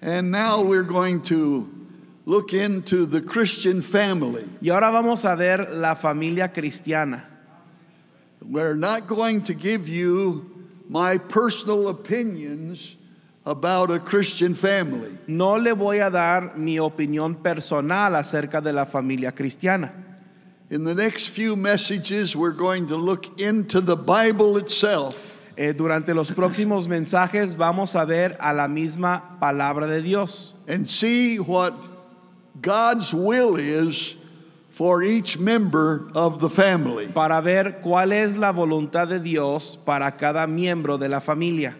And now we're going to look into the Christian family. Y ahora vamos a ver la familia cristiana. We're not going to give you my personal opinions about a Christian family. No le voy a dar mi opinión personal acerca de la familia cristiana. In the next few messages, we're going to look into the Bible itself Eh, durante los próximos mensajes vamos a ver a la misma palabra de Dios and see what God's will is for each member of the family. para ver cuál es la voluntad de Dios para cada miembro de la familia.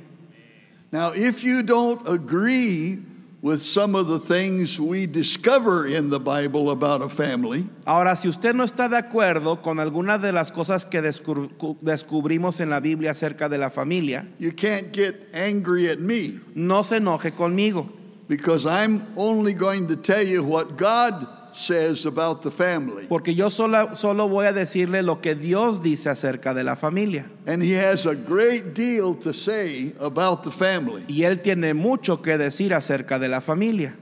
Now, if you don't agree with some of the things we discover in the Bible about a family, Ahora, si usted no está de acuerdo con algunas de las cosas que descub- cu- descubrimos en la Biblia acerca de la familia, you can't get angry at me no se enoje conmigo, because I'm only going to tell you what God says about the family. porque yo sola- solo voy a decirle lo que Dios dice acerca de la familia. And He has a great deal to say about the family. Y Él tiene mucho que decir acerca de la familia.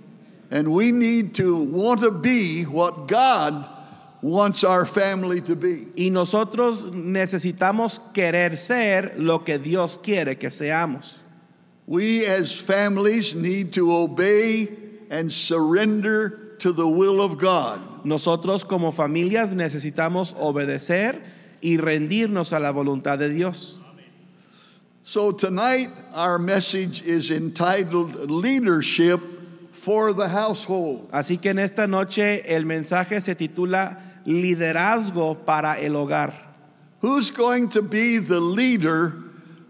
And we need to want to be what God wants our family to be. Y nosotros necesitamos querer ser lo que Dios quiere que seamos. We as families need to obey and surrender to the will of God. Nosotros como familias necesitamos obedecer y rendirnos a la voluntad de Dios. So tonight, our message is entitled Leadership for the Household. Así que en esta noche el mensaje se titula Liderazgo para el hogar. Who's going to be the leader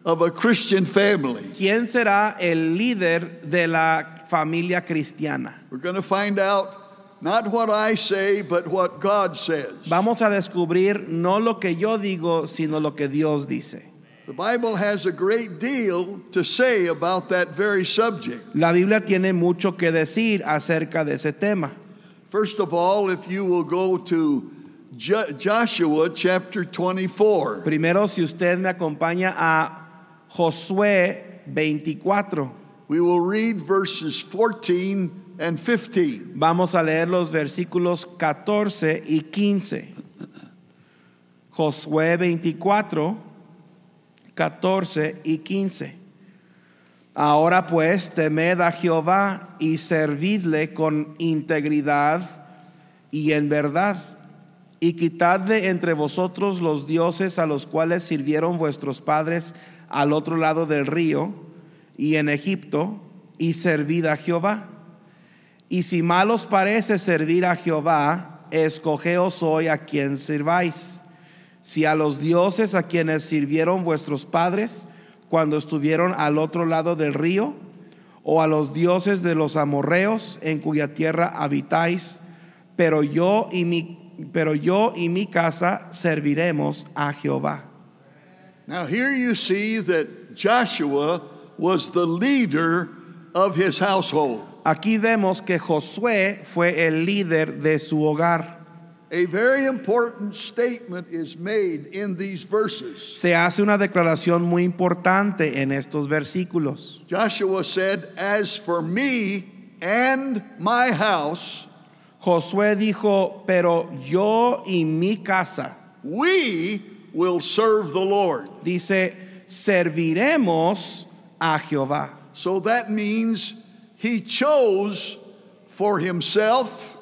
of a Christian family? ¿Quién será el líder de la familia cristiana? We're going to find out not what I say, but what God says. Vamos a descubrir no lo que yo digo, sino lo que Dios dice. The Bible has a great deal to say about that very subject. La Biblia tiene mucho que decir acerca de ese tema. First of all, if you will go to Jo- Joshua chapter 24. Primero, si usted me acompaña a Josué 24, We will read verses 14 and 15. vamos a leer los versículos 14 y 15. Josué 24, 14 y 15. Ahora pues temed a Jehová y servidle con integridad y en verdad, y quitad de entre vosotros los dioses a los cuales sirvieron vuestros padres al otro lado del río y en Egipto, y servid a Jehová. Y si mal os parece servir a Jehová, escogeos hoy a quien sirváis. Si a los dioses a quienes sirvieron vuestros padres cuando estuvieron al otro lado del río, o a los dioses de los amorreos en cuya tierra habitáis, pero yo y mi, pero yo y mi casa serviremos a Jehová. Now, here you see that Joshua was the leader of his household, Aquí vemos que Josué fue el líder de su hogar. a very important statement is made in these verses. se hace una declaración muy importante en estos versículos. Joshua said, As for me and my house, Josué dijo, pero yo y mi casa, we will serve the Lord. dice, serviremos a Jehová. So that means he chose for himself,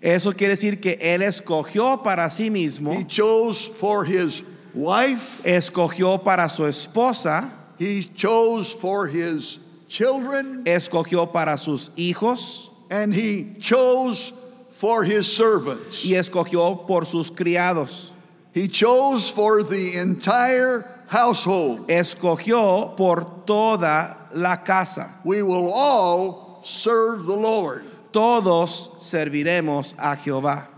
Eso quiere decir que él escogió para sí mismo, he chose for his wife. escogió para su esposa, He chose for his children escogió para sus hijos and he chose for his servants. y escogió por sus criados. He chose for the entire household. Escogió por toda la casa. We will all serve the Lord. Todos serviremos a Jehová.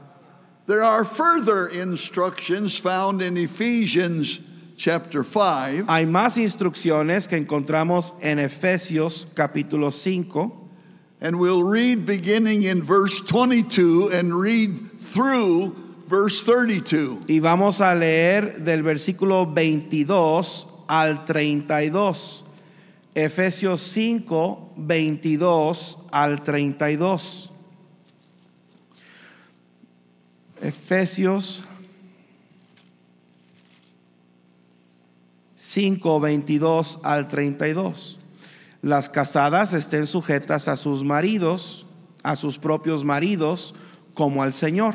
There are further instructions found in Ephesians chapter 5, Hay más instrucciones que encontramos en Efesios capítulo 5 and we'll read beginning in verse 22 and read through verse 32. y vamos a leer del versículo 22 al 32. Efesios 5, 22 al 32. Efesios 5, 22 al 32. Las casadas estén sujetas a sus maridos, a sus propios maridos, como al Señor.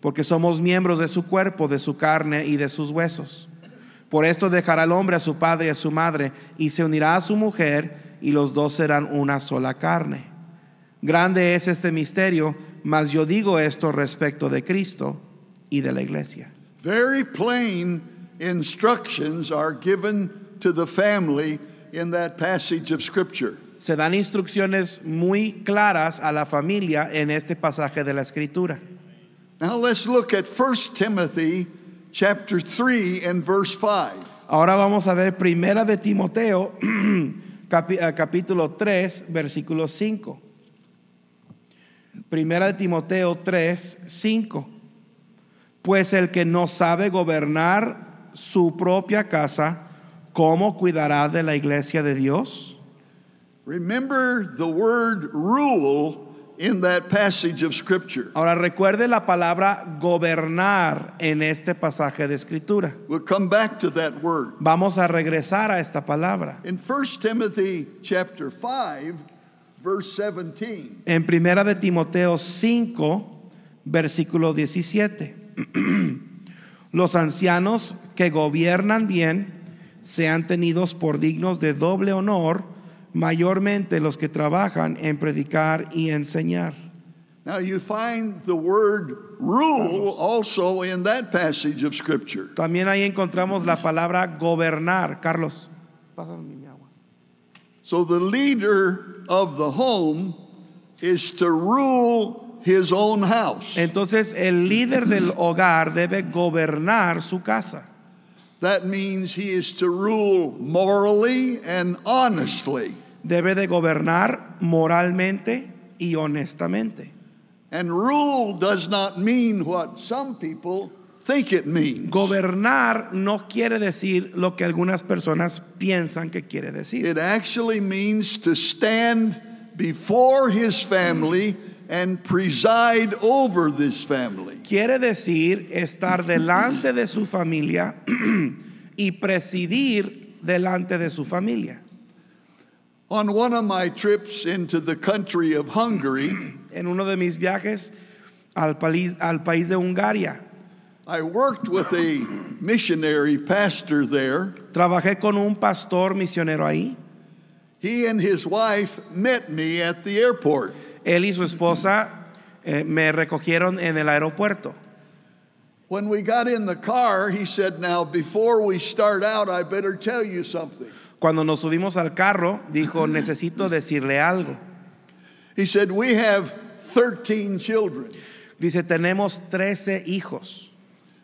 Porque somos miembros de su cuerpo, de su carne y de sus huesos. Por esto dejará el hombre a su padre y a su madre, y se unirá a su mujer, y los dos serán una sola carne. Grande es este misterio, mas yo digo esto respecto de Cristo y de la iglesia. Very plain instructions are given to the family in that passage of Scripture. Se dan instrucciones muy claras a la familia en este pasaje de la escritura. Now let's look at 1 Timothy chapter 3 and verse 5. Ahora vamos a ver Primera de Timoteo, capi- eh, capítulo 3, versículo 5. Primera de Timoteo 3, 5. Pues el que no sabe gobernar su propia casa, ¿cómo cuidará de la iglesia de Dios? Remember the word rule in that passage of Scripture. Ahora recuerde la palabra gobernar en este pasaje de escritura. We'll come back to that word. Vamos a regresar a esta palabra. In 1 Timothy chapter 5, verse 17, En primera de Timoteo 5, versículo 17. Los ancianos que gobiernan bien sean tenidos por dignos de doble honor, mayormente los que trabajan en predicar y enseñar. now you find the word rule also in that passage of Scripture. También ahí encontramos la palabra gobernar. Carlos, pásame mi agua. So the leader of the home is to rule his own house. Entonces el líder del hogar debe gobernar su casa. That means he is to rule morally and honestly Debe de gobernar moralmente y honestamente. And rule does not mean what some people think it means. Gobernar no quiere decir lo que algunas personas piensan que quiere decir. It actually means to stand before his family and preside over this family. Quiere decir estar delante de su familia y presidir delante de su familia. On one of my trips into the country of Hungary, En uno de mis viajes al país, al país de Hungaria, I worked with a missionary pastor there. trabajé con un pastor misionero ahí. He and his wife met me at the airport. Él y su esposa eh, me recogieron en el aeropuerto. When we got in the car, he said, Now, before we start out, I better tell you something. Cuando nos subimos al carro, dijo, necesito decirle algo. He said, We have 13 children, Dice, tenemos 13 hijos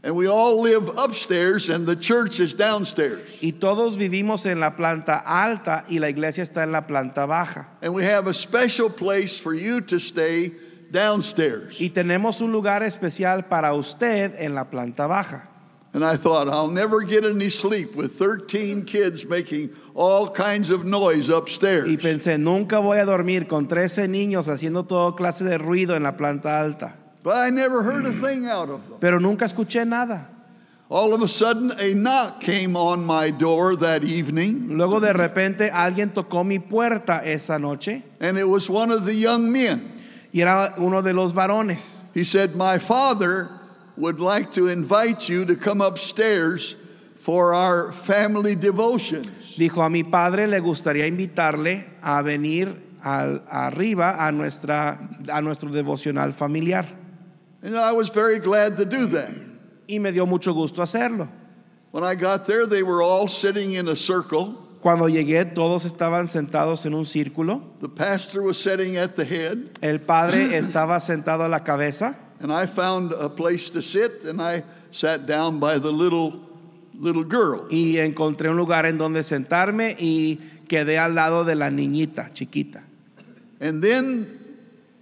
and we all live upstairs, and the church is downstairs. y todos vivimos en la planta alta y la iglesia está en la planta baja. And we have a special place for you to stay downstairs. Y tenemos un lugar especial para usted en la planta baja. And I thought, I'll never get any sleep with 13 kids making all kinds of noise Y upstairs. pensé, nunca voy a dormir con 13 niños haciendo todo clase de ruido en la planta alta. But I never heard a thing out of them. Pero nunca escuché nada. All of a sudden, a knock came on my door that evening, Luego de repente alguien tocó mi puerta esa noche and it was one of the young men. y era uno de los varones. He said, My father would like to invite you to come upstairs for our family devotions. Dijo a mi padre le gustaría invitarle a venir al- arriba a, nuestra, a nuestro devocional familiar. And I was very glad to do that. Y me dio mucho gusto hacerlo. When I got there, they were all sitting in a circle. Cuando llegué todos estaban sentados en un círculo. The pastor was sitting at the head, El padre estaba sentado a la cabeza and I found a place to sit, and I sat down by the little little girl. y encontré un lugar en donde sentarme y quedé al lado de la niñita chiquita. And then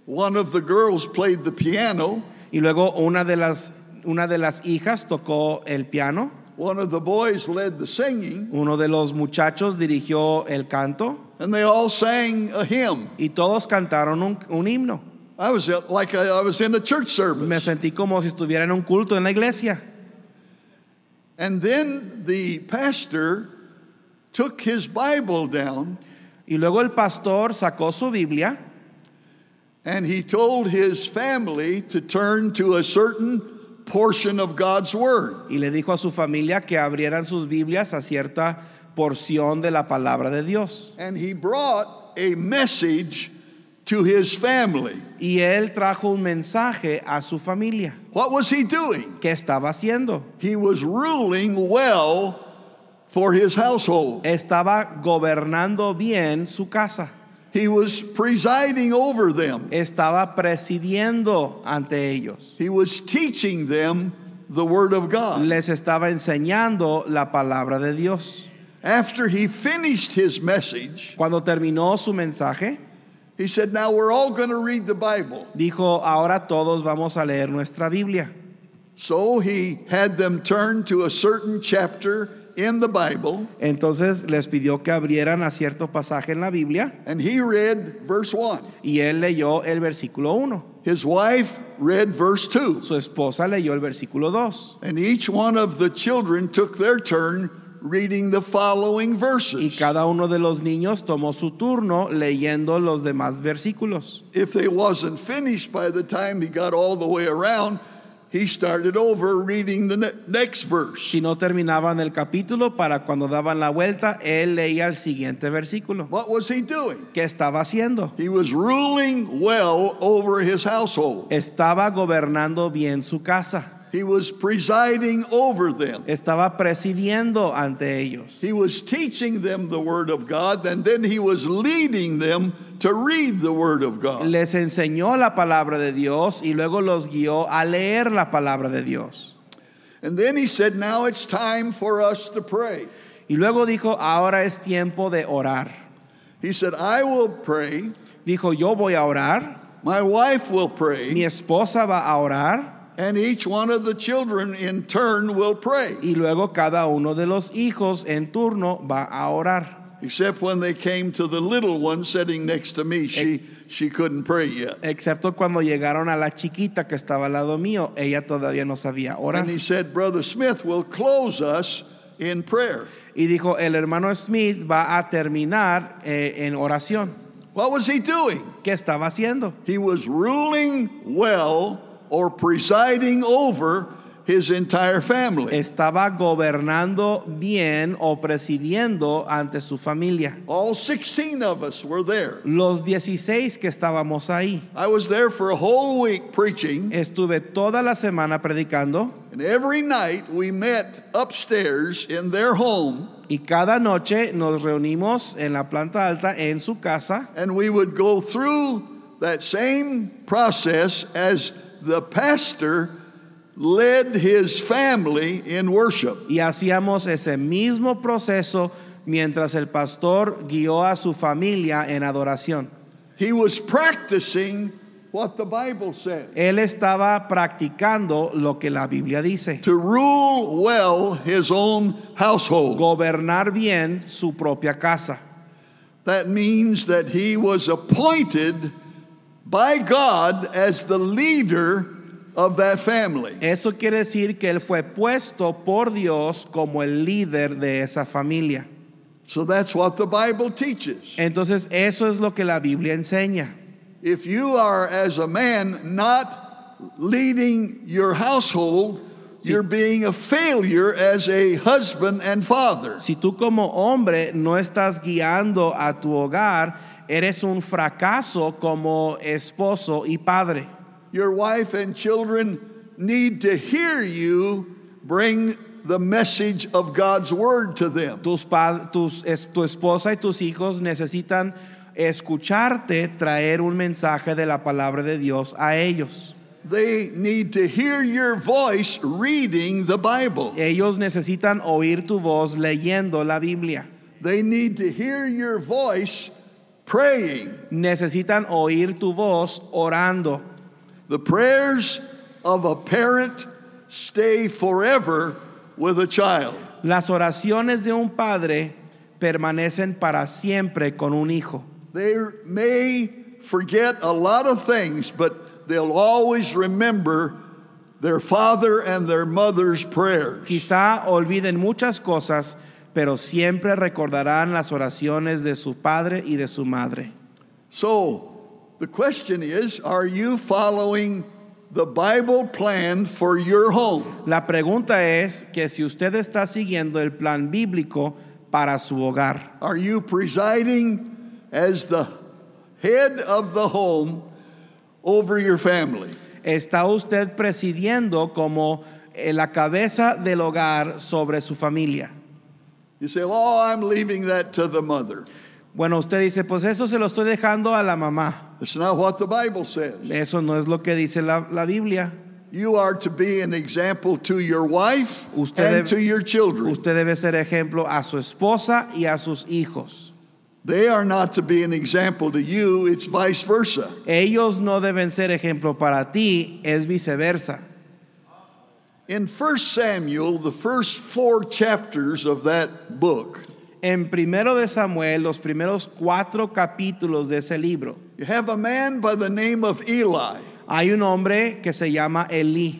one of the girls played the piano, Y luego una de las, una de las hijas tocó el piano, one of the boys led the singing, uno de los muchachos dirigió el canto and they all sang a hymn. y todos cantaron un, un himno. I was uh, like I, I was in a church Me service. sentí como si estuviera en un culto en la iglesia. And then the pastor took his Bible down Y luego el pastor sacó su Biblia and he told his family to turn to a certain portion of God's word. y le dijo a su familia que abrieran sus Biblias a cierta porción de la palabra de Dios. And he brought a message to his family. Y él trajo un mensaje a su familia. What was he doing? ¿Qué estaba haciendo? He was ruling well for his household. Estaba gobernando bien su casa. He was presiding over them. estaba presidiendo ante ellos. He was teaching them the word of God. Les estaba enseñando la palabra de Dios. After he finished his message, Cuando terminó su mensaje, he said, Now we're all going to read the Bible. dijo, ahora todos vamos a leer nuestra Biblia. So he had them turn to a certain chapter in the Bible, Entonces les pidió que abrieran a cierto pasaje en la Biblia and he read verse 1. y él leyó el versículo 1. His wife read verse 2. Su esposa leyó el versículo 2. And each one of the children took their turn reading the following Y verses. cada uno de los niños tomó su turno leyendo los demás versículos. If they wasn't finished by the time he got all the way around, he started over reading the ne- next verse. Si no terminaban el capítulo, para cuando daban la vuelta, él leía el siguiente versículo. What was he doing? ¿Qué estaba haciendo? He was ruling well over his household. Estaba gobernando bien su casa. He was presiding over them. Estaba presidiendo ante ellos. He was teaching them the Word of God, and then he was leading them to read the Word of God. Les enseñó la palabra de Dios y luego los guió a leer la palabra de Dios. And then he said, Now it's time for us to pray. Y luego dijo, ahora es tiempo de orar. He said, I will pray, Dijo, yo voy a orar, my wife will mi pray, esposa va a orar and each one of the children in turn will pray. y luego cada uno de los hijos en turno va a orar. Except when they came to the little one sitting next to me, she, she couldn't pray yet. Excepto cuando llegaron a la chiquita que estaba al lado mío, ella todavía no sabía orar. And he said, Brother Smith will close us in prayer. Y dijo, el hermano Smith va a terminar eh, en oración. What was he doing? ¿Qué estaba haciendo? He was ruling well or presiding over his entire family. Estaba gobernando bien o presidiendo ante su familia. All 16 of us were there. Los 16 que estábamos ahí. I was there for a whole week preaching, Estuve toda la semana predicando and every night we met upstairs in their home, y cada noche nos reunimos en la planta alta en su casa and we would go through that same process as the pastor led his family in worship. y hacíamos ese mismo proceso mientras el pastor guió a su familia en adoración. He was practicing what the Bible says. Él estaba practicando lo que la Biblia dice, to rule well his own household. gobernar bien su propia casa. That means that he was appointed by God as the leader of that family. Eso quiere decir que él fue puesto por Dios como el líder de esa familia. So that's what the Bible teaches. Entonces eso es lo que la Biblia enseña. If you are, as a man, not leading your household, you're being a failure as a husband and father. Si tú como hombre no estás guiando a tu hogar, eres un fracaso como esposo y padre. Your wife and children need to hear you bring the message of God's word to them. Tus pa- tus es- tu esposa y tus hijos necesitan escucharte traer un mensaje de la palabra de Dios a ellos. They need to hear your voice reading the Bible. Ellos necesitan oír tu voz leyendo la Biblia. They need to hear your voice praying. Necesitan oír tu voz orando. The prayers of a parent stay forever with a child. Las oraciones de un padre permanecen para siempre con un hijo. They may forget a lot of things, but they'll always remember their father and their mother's prayers. Quizá olviden muchas cosas, pero siempre recordarán las oraciones de su padre y de su madre. So the question is are you following the Bible plan for your home? La pregunta es que si usted está siguiendo el plan bíblico para su hogar, Are you presiding as the head of the home over your family? ¿está usted presidiendo como eh, la cabeza del hogar sobre su familia? You say, Oh, I'm leaving that to the mother. Bueno, usted dice, pues eso se lo estoy dejando a la mamá. That's not what the Bible says. Eso no es lo que dice la, la Biblia. You are to be an example to your wife Usted and debe- to your children. Usted debe ser ejemplo a su esposa y a sus hijos. They are not to be an example to you, it's vice versa. Ellos no deben ser ejemplo para ti, es viceversa. In 1 Samuel, the first four chapters of that book, En primero de Samuel, los primeros cuatro capítulos de ese libro, you have a man by the name of Eli. hay un hombre que se llama Elí.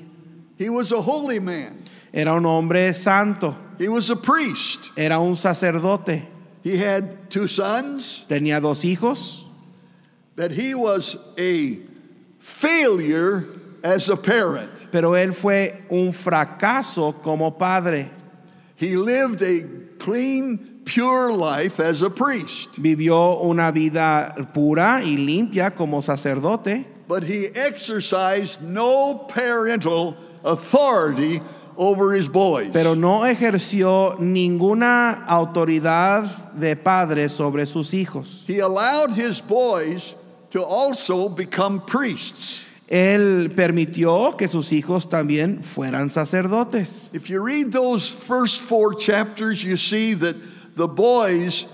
He was a holy man, Era un hombre santo, he was a priest. era un sacerdote, He had two sons, tenía dos hijos, but he was a failure as a parent. pero él fue un fracaso como padre. He lived a clean, pure life as a priest, Vivió una vida pura y limpia como sacerdote, but he exercised no parental authority over his boys. pero no ejerció ninguna autoridad de padre sobre sus hijos. He allowed his boys to also become priests. Él permitió que sus hijos también fueran sacerdotes. If you read those first four chapters, you see that the boys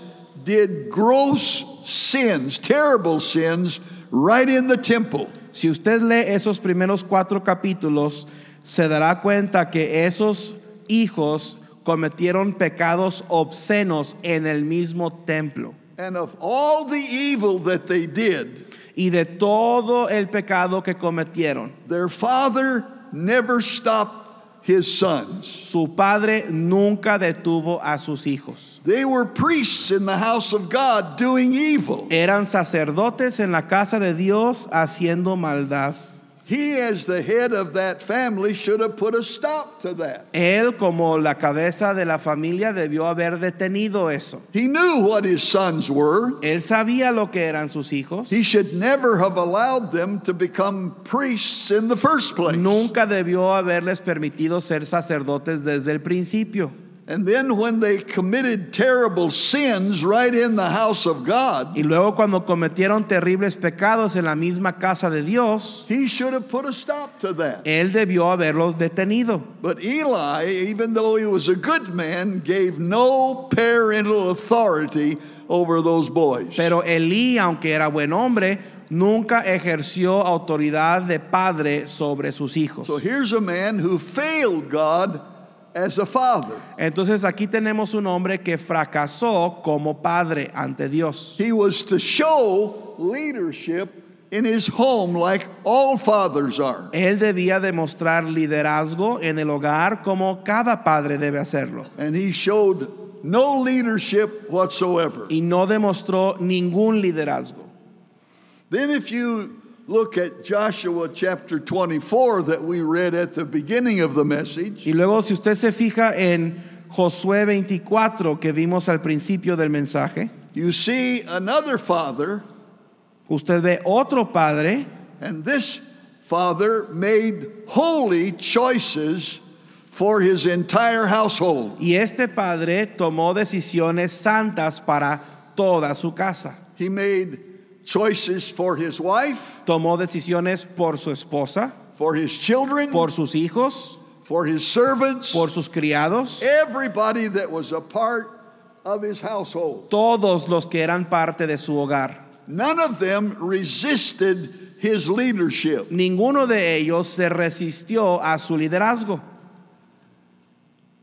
did gross sins, terrible sins, right in the temple. Si usted lee esos primeros cuatro capítulos, se dará cuenta que esos hijos cometieron pecados obscenos en el mismo templo. And of all the evil that they did, Y de todo el pecado que cometieron, their father never stopped his sons. su padre nunca detuvo a sus hijos. They were priests in the house of God doing evil. Eran sacerdotes en la casa de Dios haciendo maldad. He, as the head of that family, should have put a stop to that. Él, como la cabeza de la familia, debió haber detenido eso. He knew what his sons were. Él sabía lo que eran sus hijos. He should never have allowed them to become priests in the first place. Nunca debió haberles permitido ser sacerdotes desde el principio. And then, when they committed terrible sins right in the house of God, Y luego cuando cometieron terribles pecados en la misma casa de Dios, he should have put a stop to that. él debió haberlos detenido. But Eli, even though he was a good man, gave no parental authority over those boys. Pero Elí, aunque era buen hombre, nunca ejerció autoridad de padre sobre sus hijos. So here's a man who failed God as a father. Entonces aquí tenemos un hombre que fracasó como padre ante Dios. He was to show leadership in his home like all fathers are. Él debía demostrar liderazgo en el hogar como cada padre debe hacerlo. And he showed no leadership whatsoever. Y no demostró ningún liderazgo. Then, if you look at Joshua chapter 24 that we read at the beginning of the message, Y luego si usted se fija en Josué 24 que vimos al principio del mensaje, you see another father, usted ve otro padre and this father made holy choices for his entire household. y este padre tomó decisiones santas para toda su casa. He made choices for his wife, Tomó decisiones por su esposa, for his children, por sus hijos, for his servants, por sus criados, everybody that was a part of his household. todos los que eran parte de su hogar. None of them resisted his leadership. Ninguno de ellos se resistió a su liderazgo.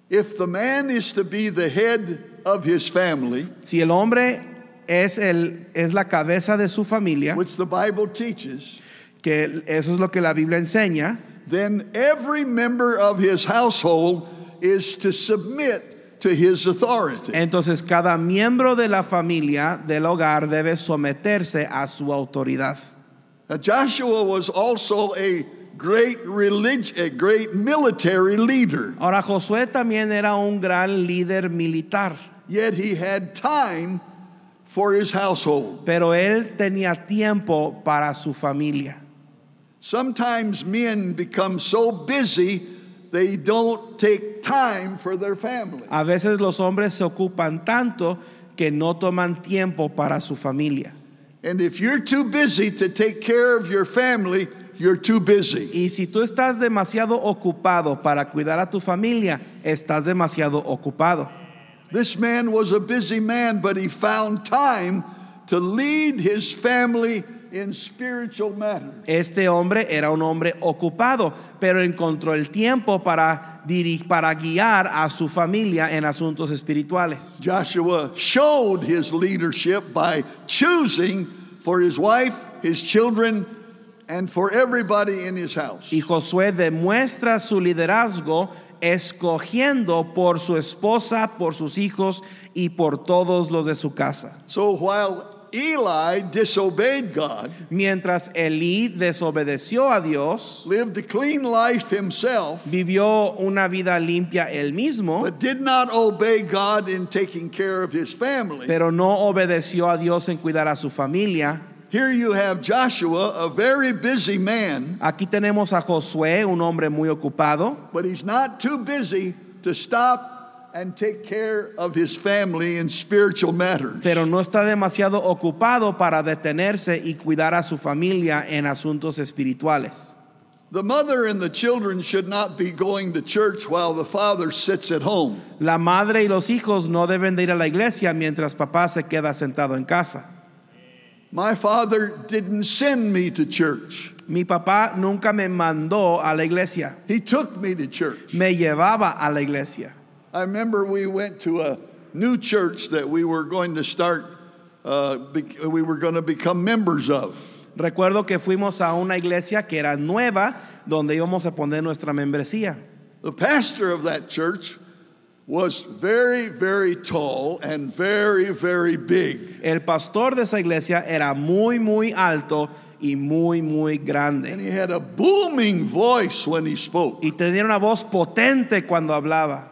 If the man is to be the head of his family, Si el hombre es, el, es la cabeza de su familia, which the Bible teaches, que eso es lo que la Biblia enseña, then every member of his household is to submit to his authority. entonces cada miembro de la familia del hogar debe someterse a su autoridad. Now, Joshua was also a great relig- a great military leader. Ahora Josué también era un gran líder militar, Yet he had time for his household. pero él tenía tiempo para su familia. Sometimes men become so busy they don't take time for their family. A veces los hombres se ocupan tanto que no toman tiempo para su familia. And if you're too busy to take care of your family, you're too busy. Y si tú estás demasiado ocupado para cuidar a tu familia, estás demasiado ocupado. This man was a busy man, but he found time to lead his family in spiritual matters. Este hombre era un hombre ocupado, pero encontró el tiempo para, diri- para guiar a su familia en asuntos espirituales. Joshua showed his leadership by choosing for his wife, his children, and for everybody in his house. Y Josué demuestra su liderazgo escogiendo por su esposa, por sus hijos y por todos los de su casa. So while Eli disobeyed God, Mientras Elí desobedeció a Dios, lived a clean life himself, vivió una vida limpia él mismo. but did not obey God in taking care of his family. pero no obedeció a Dios en cuidar a su familia. Here you have Joshua, a very busy man, Aquí tenemos a Josué, un hombre muy ocupado, but he's not too busy to stop and take care of his family in spiritual matters. pero no está demasiado ocupado para detenerse y cuidar a su familia en asuntos espirituales. The mother and the children should not be going to church while the father sits at home. La madre y los hijos no deben de ir a la iglesia mientras papá se queda sentado en casa. My father didn't send me to church, Mi papá nunca me mandó a la iglesia, he took me to church. me llevaba a la iglesia. I remember we went to a new church that we were going to start, uh, bec we were going to become members of. Recuerdo que fuimos a una iglesia que era nueva, donde íbamos a poner nuestra membresía. The pastor of that church was very, very tall and very, very big. El pastor de esa iglesia era muy, muy alto y muy, muy And grande. he had a booming voice when he spoke. Y tenía una voz potente cuando hablaba.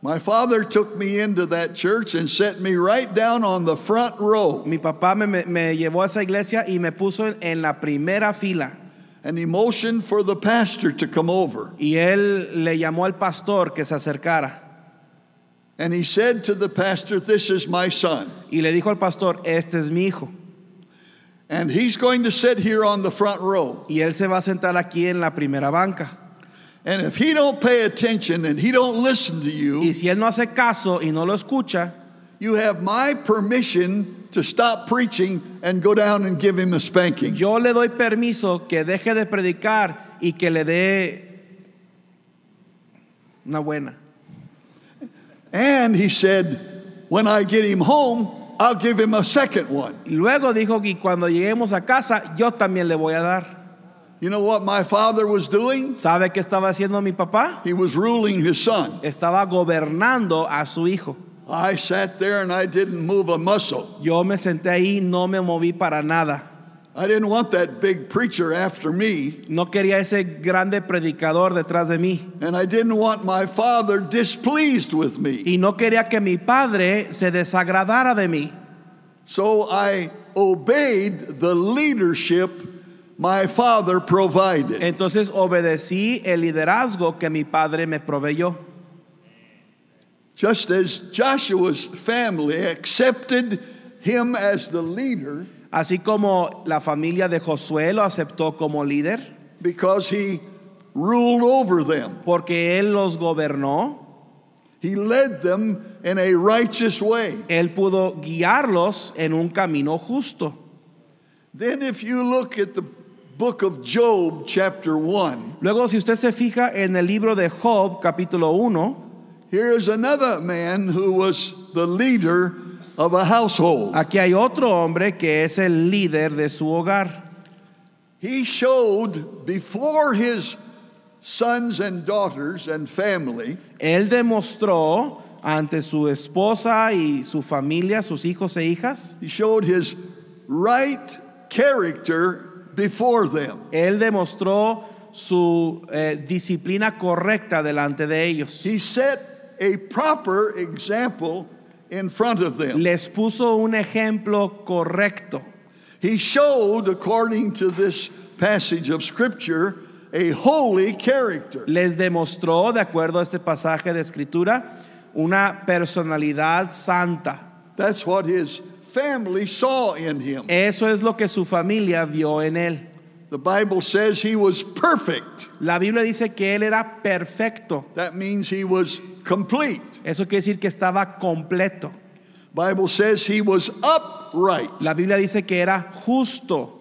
My father took me into that church and set me right down on the front row. Mi papá me, me- me llevó a esa iglesia y me puso en, en la primera fila. And he motioned for the pastor to come over. Y él le llamó al pastor que se acercara. And he said to the pastor, This is my son. Y le dijo al pastor, este es mi hijo. And he's going to sit here on the front row. Y él se va a sentar aquí en la primera banca. And if he don't pay attention and he don't listen to Y you, si él no hace caso y no lo escucha, you have my permission to stop preaching and go down and give him a spanking. yo le doy permiso que deje de predicar y que le dé una buena. And he said, When I get him home, I'll give him a second one. Luego dijo que cuando lleguemos a casa, yo también le voy a dar. You know what my father was doing? ¿Sabe qué estaba haciendo mi papá? He was ruling his son. Estaba gobernando a su hijo. I sat there and I didn't move a muscle. Yo me senté ahí, no me moví para nada. I didn't want that big preacher after me, No quería ese grande predicador detrás de mí. and I didn't want my father displeased with me. Y no quería que mi padre se desagradara de mí. So I obeyed the leadership my father provided. Entonces obedecí el liderazgo que mi padre me proveyó. Just as Joshua's family accepted him as the leader Así como la familia de Josué lo aceptó como líder, because he ruled over them, porque él los gobernó, he led them in a righteous way. él pudo guiarlos en un camino justo. Then, if you look at the book of Job, chapter 1, Luego, si usted se fija en el libro de Job, capítulo 1, here is another man who was the leader of a household. aquí hay otro hombre que es el líder de su hogar. He showed before his sons and daughters and family Él demostró ante su esposa y su familia, sus hijos e hijas, He showed his right character before them. él demostró su eh, disciplina correcta delante de ellos. He set a proper example in front of them. les puso un ejemplo correcto. He showed, according to this passage of Scripture, a holy character. Les demostró, de acuerdo a este pasaje de escritura, una personalidad santa. That's what his family saw in him. Eso es lo que su familia vio en él. The Bible says he was perfect. La Biblia dice que él era perfecto. That means he was complete. Eso quiere decir que estaba completo. Bible says he was upright. La Biblia dice que era justo.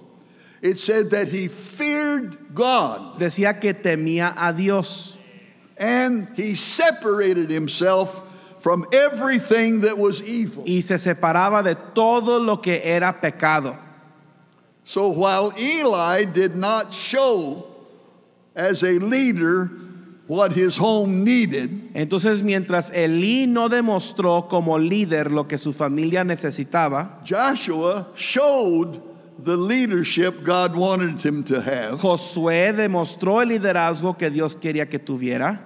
It said that he feared God. Decía que temía a Dios And he separated himself from everything that was evil. y se separaba de todo lo que era pecado. So while Eli did not show as a leader what his home needed, Entonces, mientras Elí no demostró como líder lo que su familia necesitaba, Joshua showed the leadership God wanted him to have. Josué demostró el liderazgo que Dios quería que tuviera.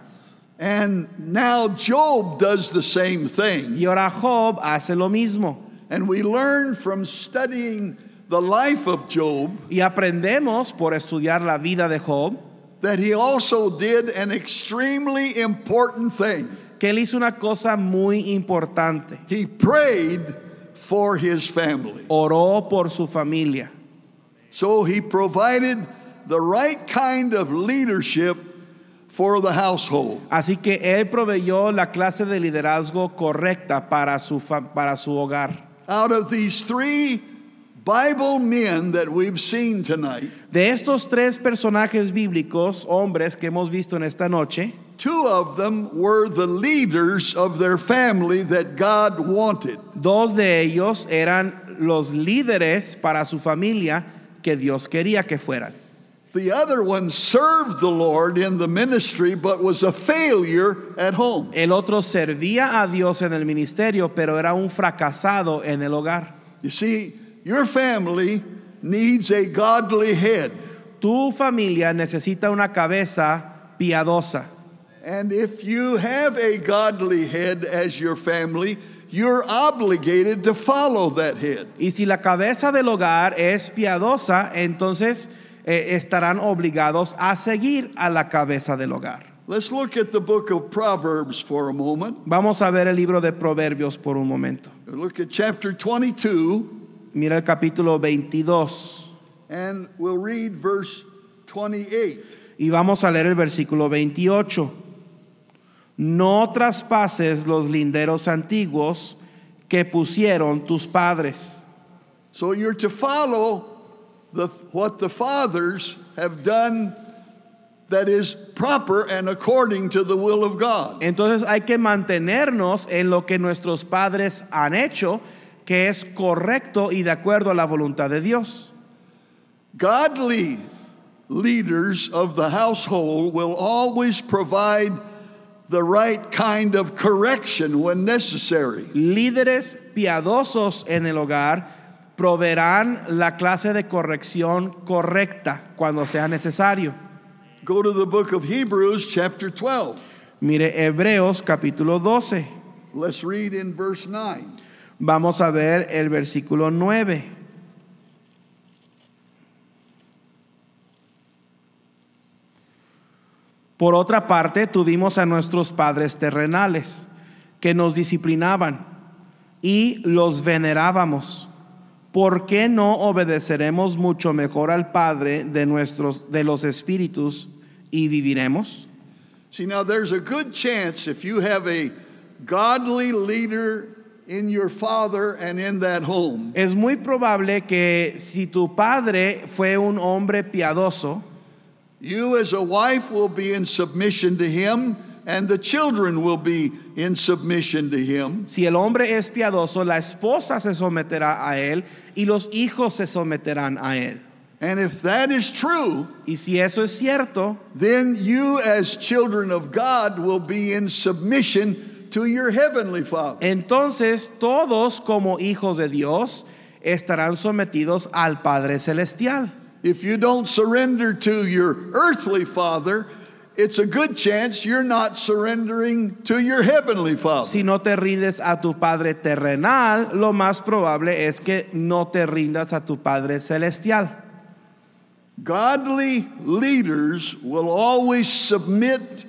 And now Job does the same thing. Y ahora Job hace lo mismo. And we learn from studying the life of Job Y aprendemos por estudiar la vida de Job that he also did an extremely important thing. que él hizo una cosa muy importante. He prayed for his family. Oró por su familia. So he provided the right kind of leadership for the household. Así que él proveyó la clase de liderazgo correcta para su, fa- para su hogar. Out of these three Bible men that we've seen tonight, De estos tres personajes bíblicos, hombres que hemos visto en esta noche, two of them were the leaders of their family that God wanted. Dos de ellos eran los líderes para su familia que Dios quería que fueran. The other one served the Lord in the ministry but was a failure at home. El otro servía a Dios en el ministerio, pero era un fracasado en el hogar. You see, your family needs a godly head. Tu familia necesita una cabeza piadosa. And if you have a godly head as your family, you're obligated to follow that head. Y si la cabeza del hogar es piadosa, entonces eh, estarán obligados a seguir a la cabeza del hogar. Let's look at the book of Proverbs for a moment. Vamos a ver el libro de Proverbios por un momento. Look at chapter 22, Mira el capítulo 22. and we'll read verse 28. Y vamos a leer el versículo 28. No traspases los linderos antiguos que pusieron tus padres. So you're to follow the, what the fathers have done that is proper and according to the will of God. Entonces hay que mantenernos en lo que nuestros padres han hecho, que es correcto y de acuerdo a la voluntad de Dios. Godly leaders of the household will always provide the right kind of correction when necessary. Líderes piadosos en el hogar proveerán la clase de corrección correcta cuando sea necesario. Go to the book of Hebrews, chapter 12. Mire Hebreos capítulo 12. Let's read in verse 9. Vamos a ver el versículo 9. Por otra parte, tuvimos a nuestros padres terrenales que nos disciplinaban y los venerábamos. ¿Por qué no obedeceremos mucho mejor al Padre de nuestros de los espíritus y viviremos? See, now there's a good chance if you have a godly leader in your father and in that home, Es muy probable que si tu padre fue un hombre piadoso, you as a wife will be in submission to him, and the children will be in submission to him. si el hombre es piadoso, la esposa se someterá a él y los hijos se someterán a él. And if that is true, Y si eso es cierto, then you as children of God will be in submission to your heavenly father. entonces todos como hijos de Dios estarán sometidos al Padre Celestial. If you don't surrender to your earthly father, it's a good chance you're not surrendering to your heavenly father. Si no te rindes a tu Padre terrenal, lo más probable es que no te rindas a tu Padre Celestial. Godly leaders will always submit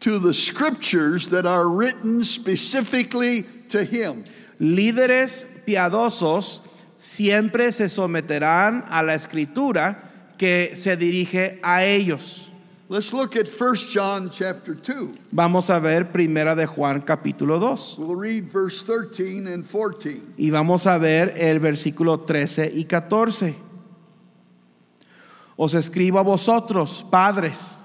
to the scriptures that are written specifically to Him. líderes piadosos siempre se someterán a la escritura que se dirige a ellos. Let's look at 1 John chapter 2. Vamos a ver primera de Juan capítulo 2 We'll read verse 13 and 14. y vamos a ver el versículo 13 y 14. Os escribo a vosotros, padres,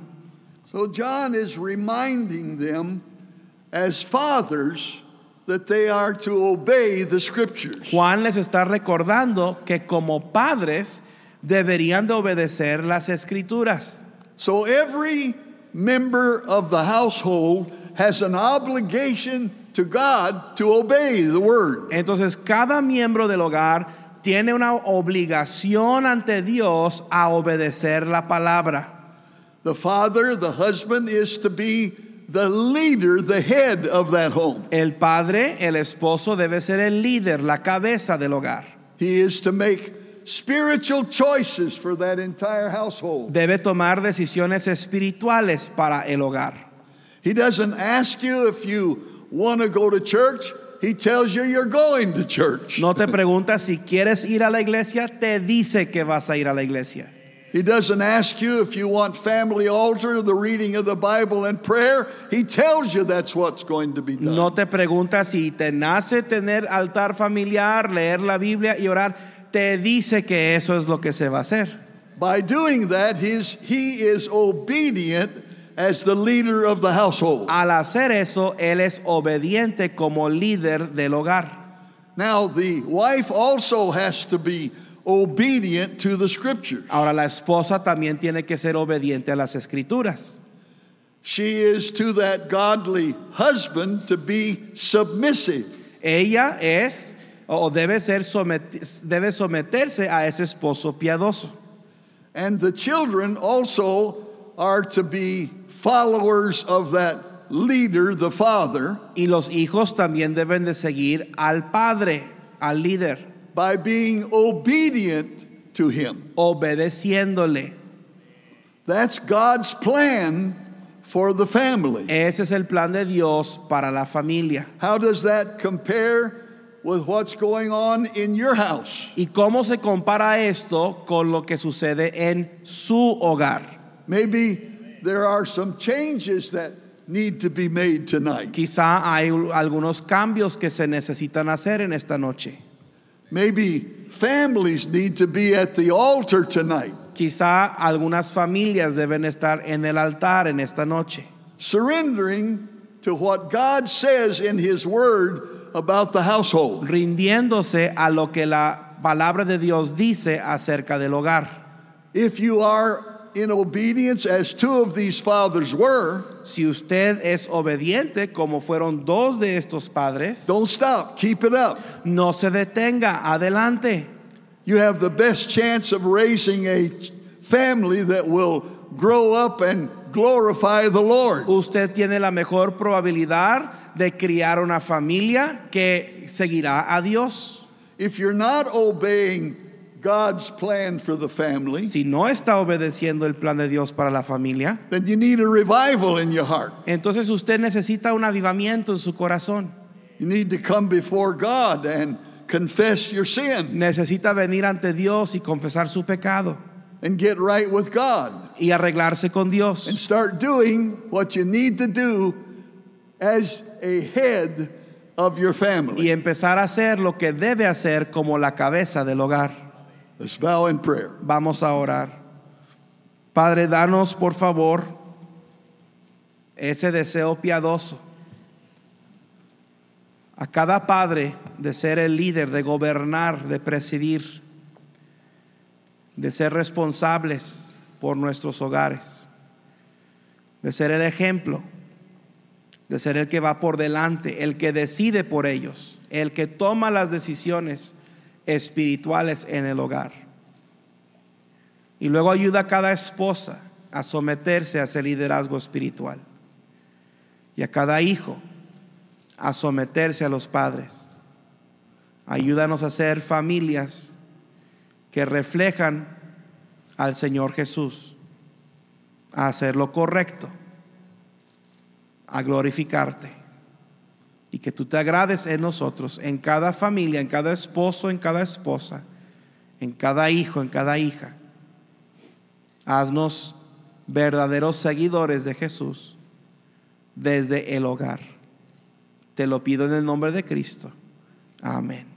So John is reminding them as fathers that they are to obey the scriptures. Juan les está recordando que como padres deberían de obedecer las escrituras. So every member of the household has an obligation to God to obey the word. Entonces cada miembro del hogar tiene una obligación ante Dios a obedecer la palabra. The father, the husband, is to be the leader, the head of that home. El padre, el esposo, debe ser el líder, la cabeza del hogar. He is to make spiritual choices for that entire household. Debe tomar decisiones espirituales para el hogar. He doesn't ask you if you want to go to church, he tells you you're going to church. No te pregunta si quieres ir a la iglesia, te dice que vas a ir a la iglesia. He doesn't ask you if you want family altar, the reading of the Bible, and prayer. He tells you that's what's going to be done. No te pregunta si te nace tener altar familiar, leer la Biblia y orar. Te dice que eso es lo que se va a hacer. By doing that, he's, he is obedient as the leader of the household. Al hacer eso, él es obediente como líder del hogar. Now, the wife also has to be obedient to the scriptures. Ahora la esposa también tiene que ser obediente a las escrituras. She is to that godly husband to be submissive. Ella es o debe ser somet- debe someterse a ese esposo piadoso. And the children also are to be followers of that leader, the father, Y los hijos también deben de seguir al padre, al líder, by being obedient to him. obedeciéndole. That's God's plan for the family. Ese es el plan de Dios para la familia. How does that compare with what's going on in your house? ¿Y cómo se compara esto con lo que sucede en su hogar? Maybe there are some changes that need to be made tonight. Quizá hay u- algunos cambios que se necesitan hacer en esta noche. Maybe families need to be at the altar tonight. Quizá algunas familias deben estar en el altar en esta noche, surrendering to what God says in His Word about the household. rindiéndose a lo que la palabra de Dios dice acerca del hogar. If you are in obedience, as two of these fathers were, Si usted es obediente, como fueron dos de estos padres, don't stop, keep it up. no se detenga, adelante. You have the best chance of raising a family that will grow up and glorify the Lord. Usted tiene la mejor probabilidad de criar una familia que seguirá a Dios. If you're not obeying God's plan for the family, Si no está obedeciendo el plan de Dios para la familia, then you need a revival in your heart. Entonces usted necesita un avivamiento en su corazón. You need to come before God and confess your sin. Necesita venir ante Dios y confesar su pecado and get right with God y arreglarse con and Dios. start doing what you need to do as a head of your Y family. empezar a hacer lo que debe hacer como la cabeza del hogar. Let's bow in prayer. Vamos a orar. Padre, danos por favor ese deseo piadoso a cada padre de ser el líder, de gobernar, de presidir, de ser responsables por nuestros hogares, de ser el ejemplo, de ser el que va por delante, el que decide por ellos, el que toma las decisiones espirituales en el hogar. Y luego ayuda a cada esposa a someterse a ese liderazgo espiritual. Y a cada hijo a someterse a los padres. Ayúdanos a ser familias que reflejan al Señor Jesús, a hacer lo correcto, a glorificarte. Y que tú te agrades en nosotros, en cada familia, en cada esposo, en cada esposa, en cada hijo, en cada hija. Haznos verdaderos seguidores de Jesús desde el hogar. Te lo pido en el nombre de Cristo. Amén.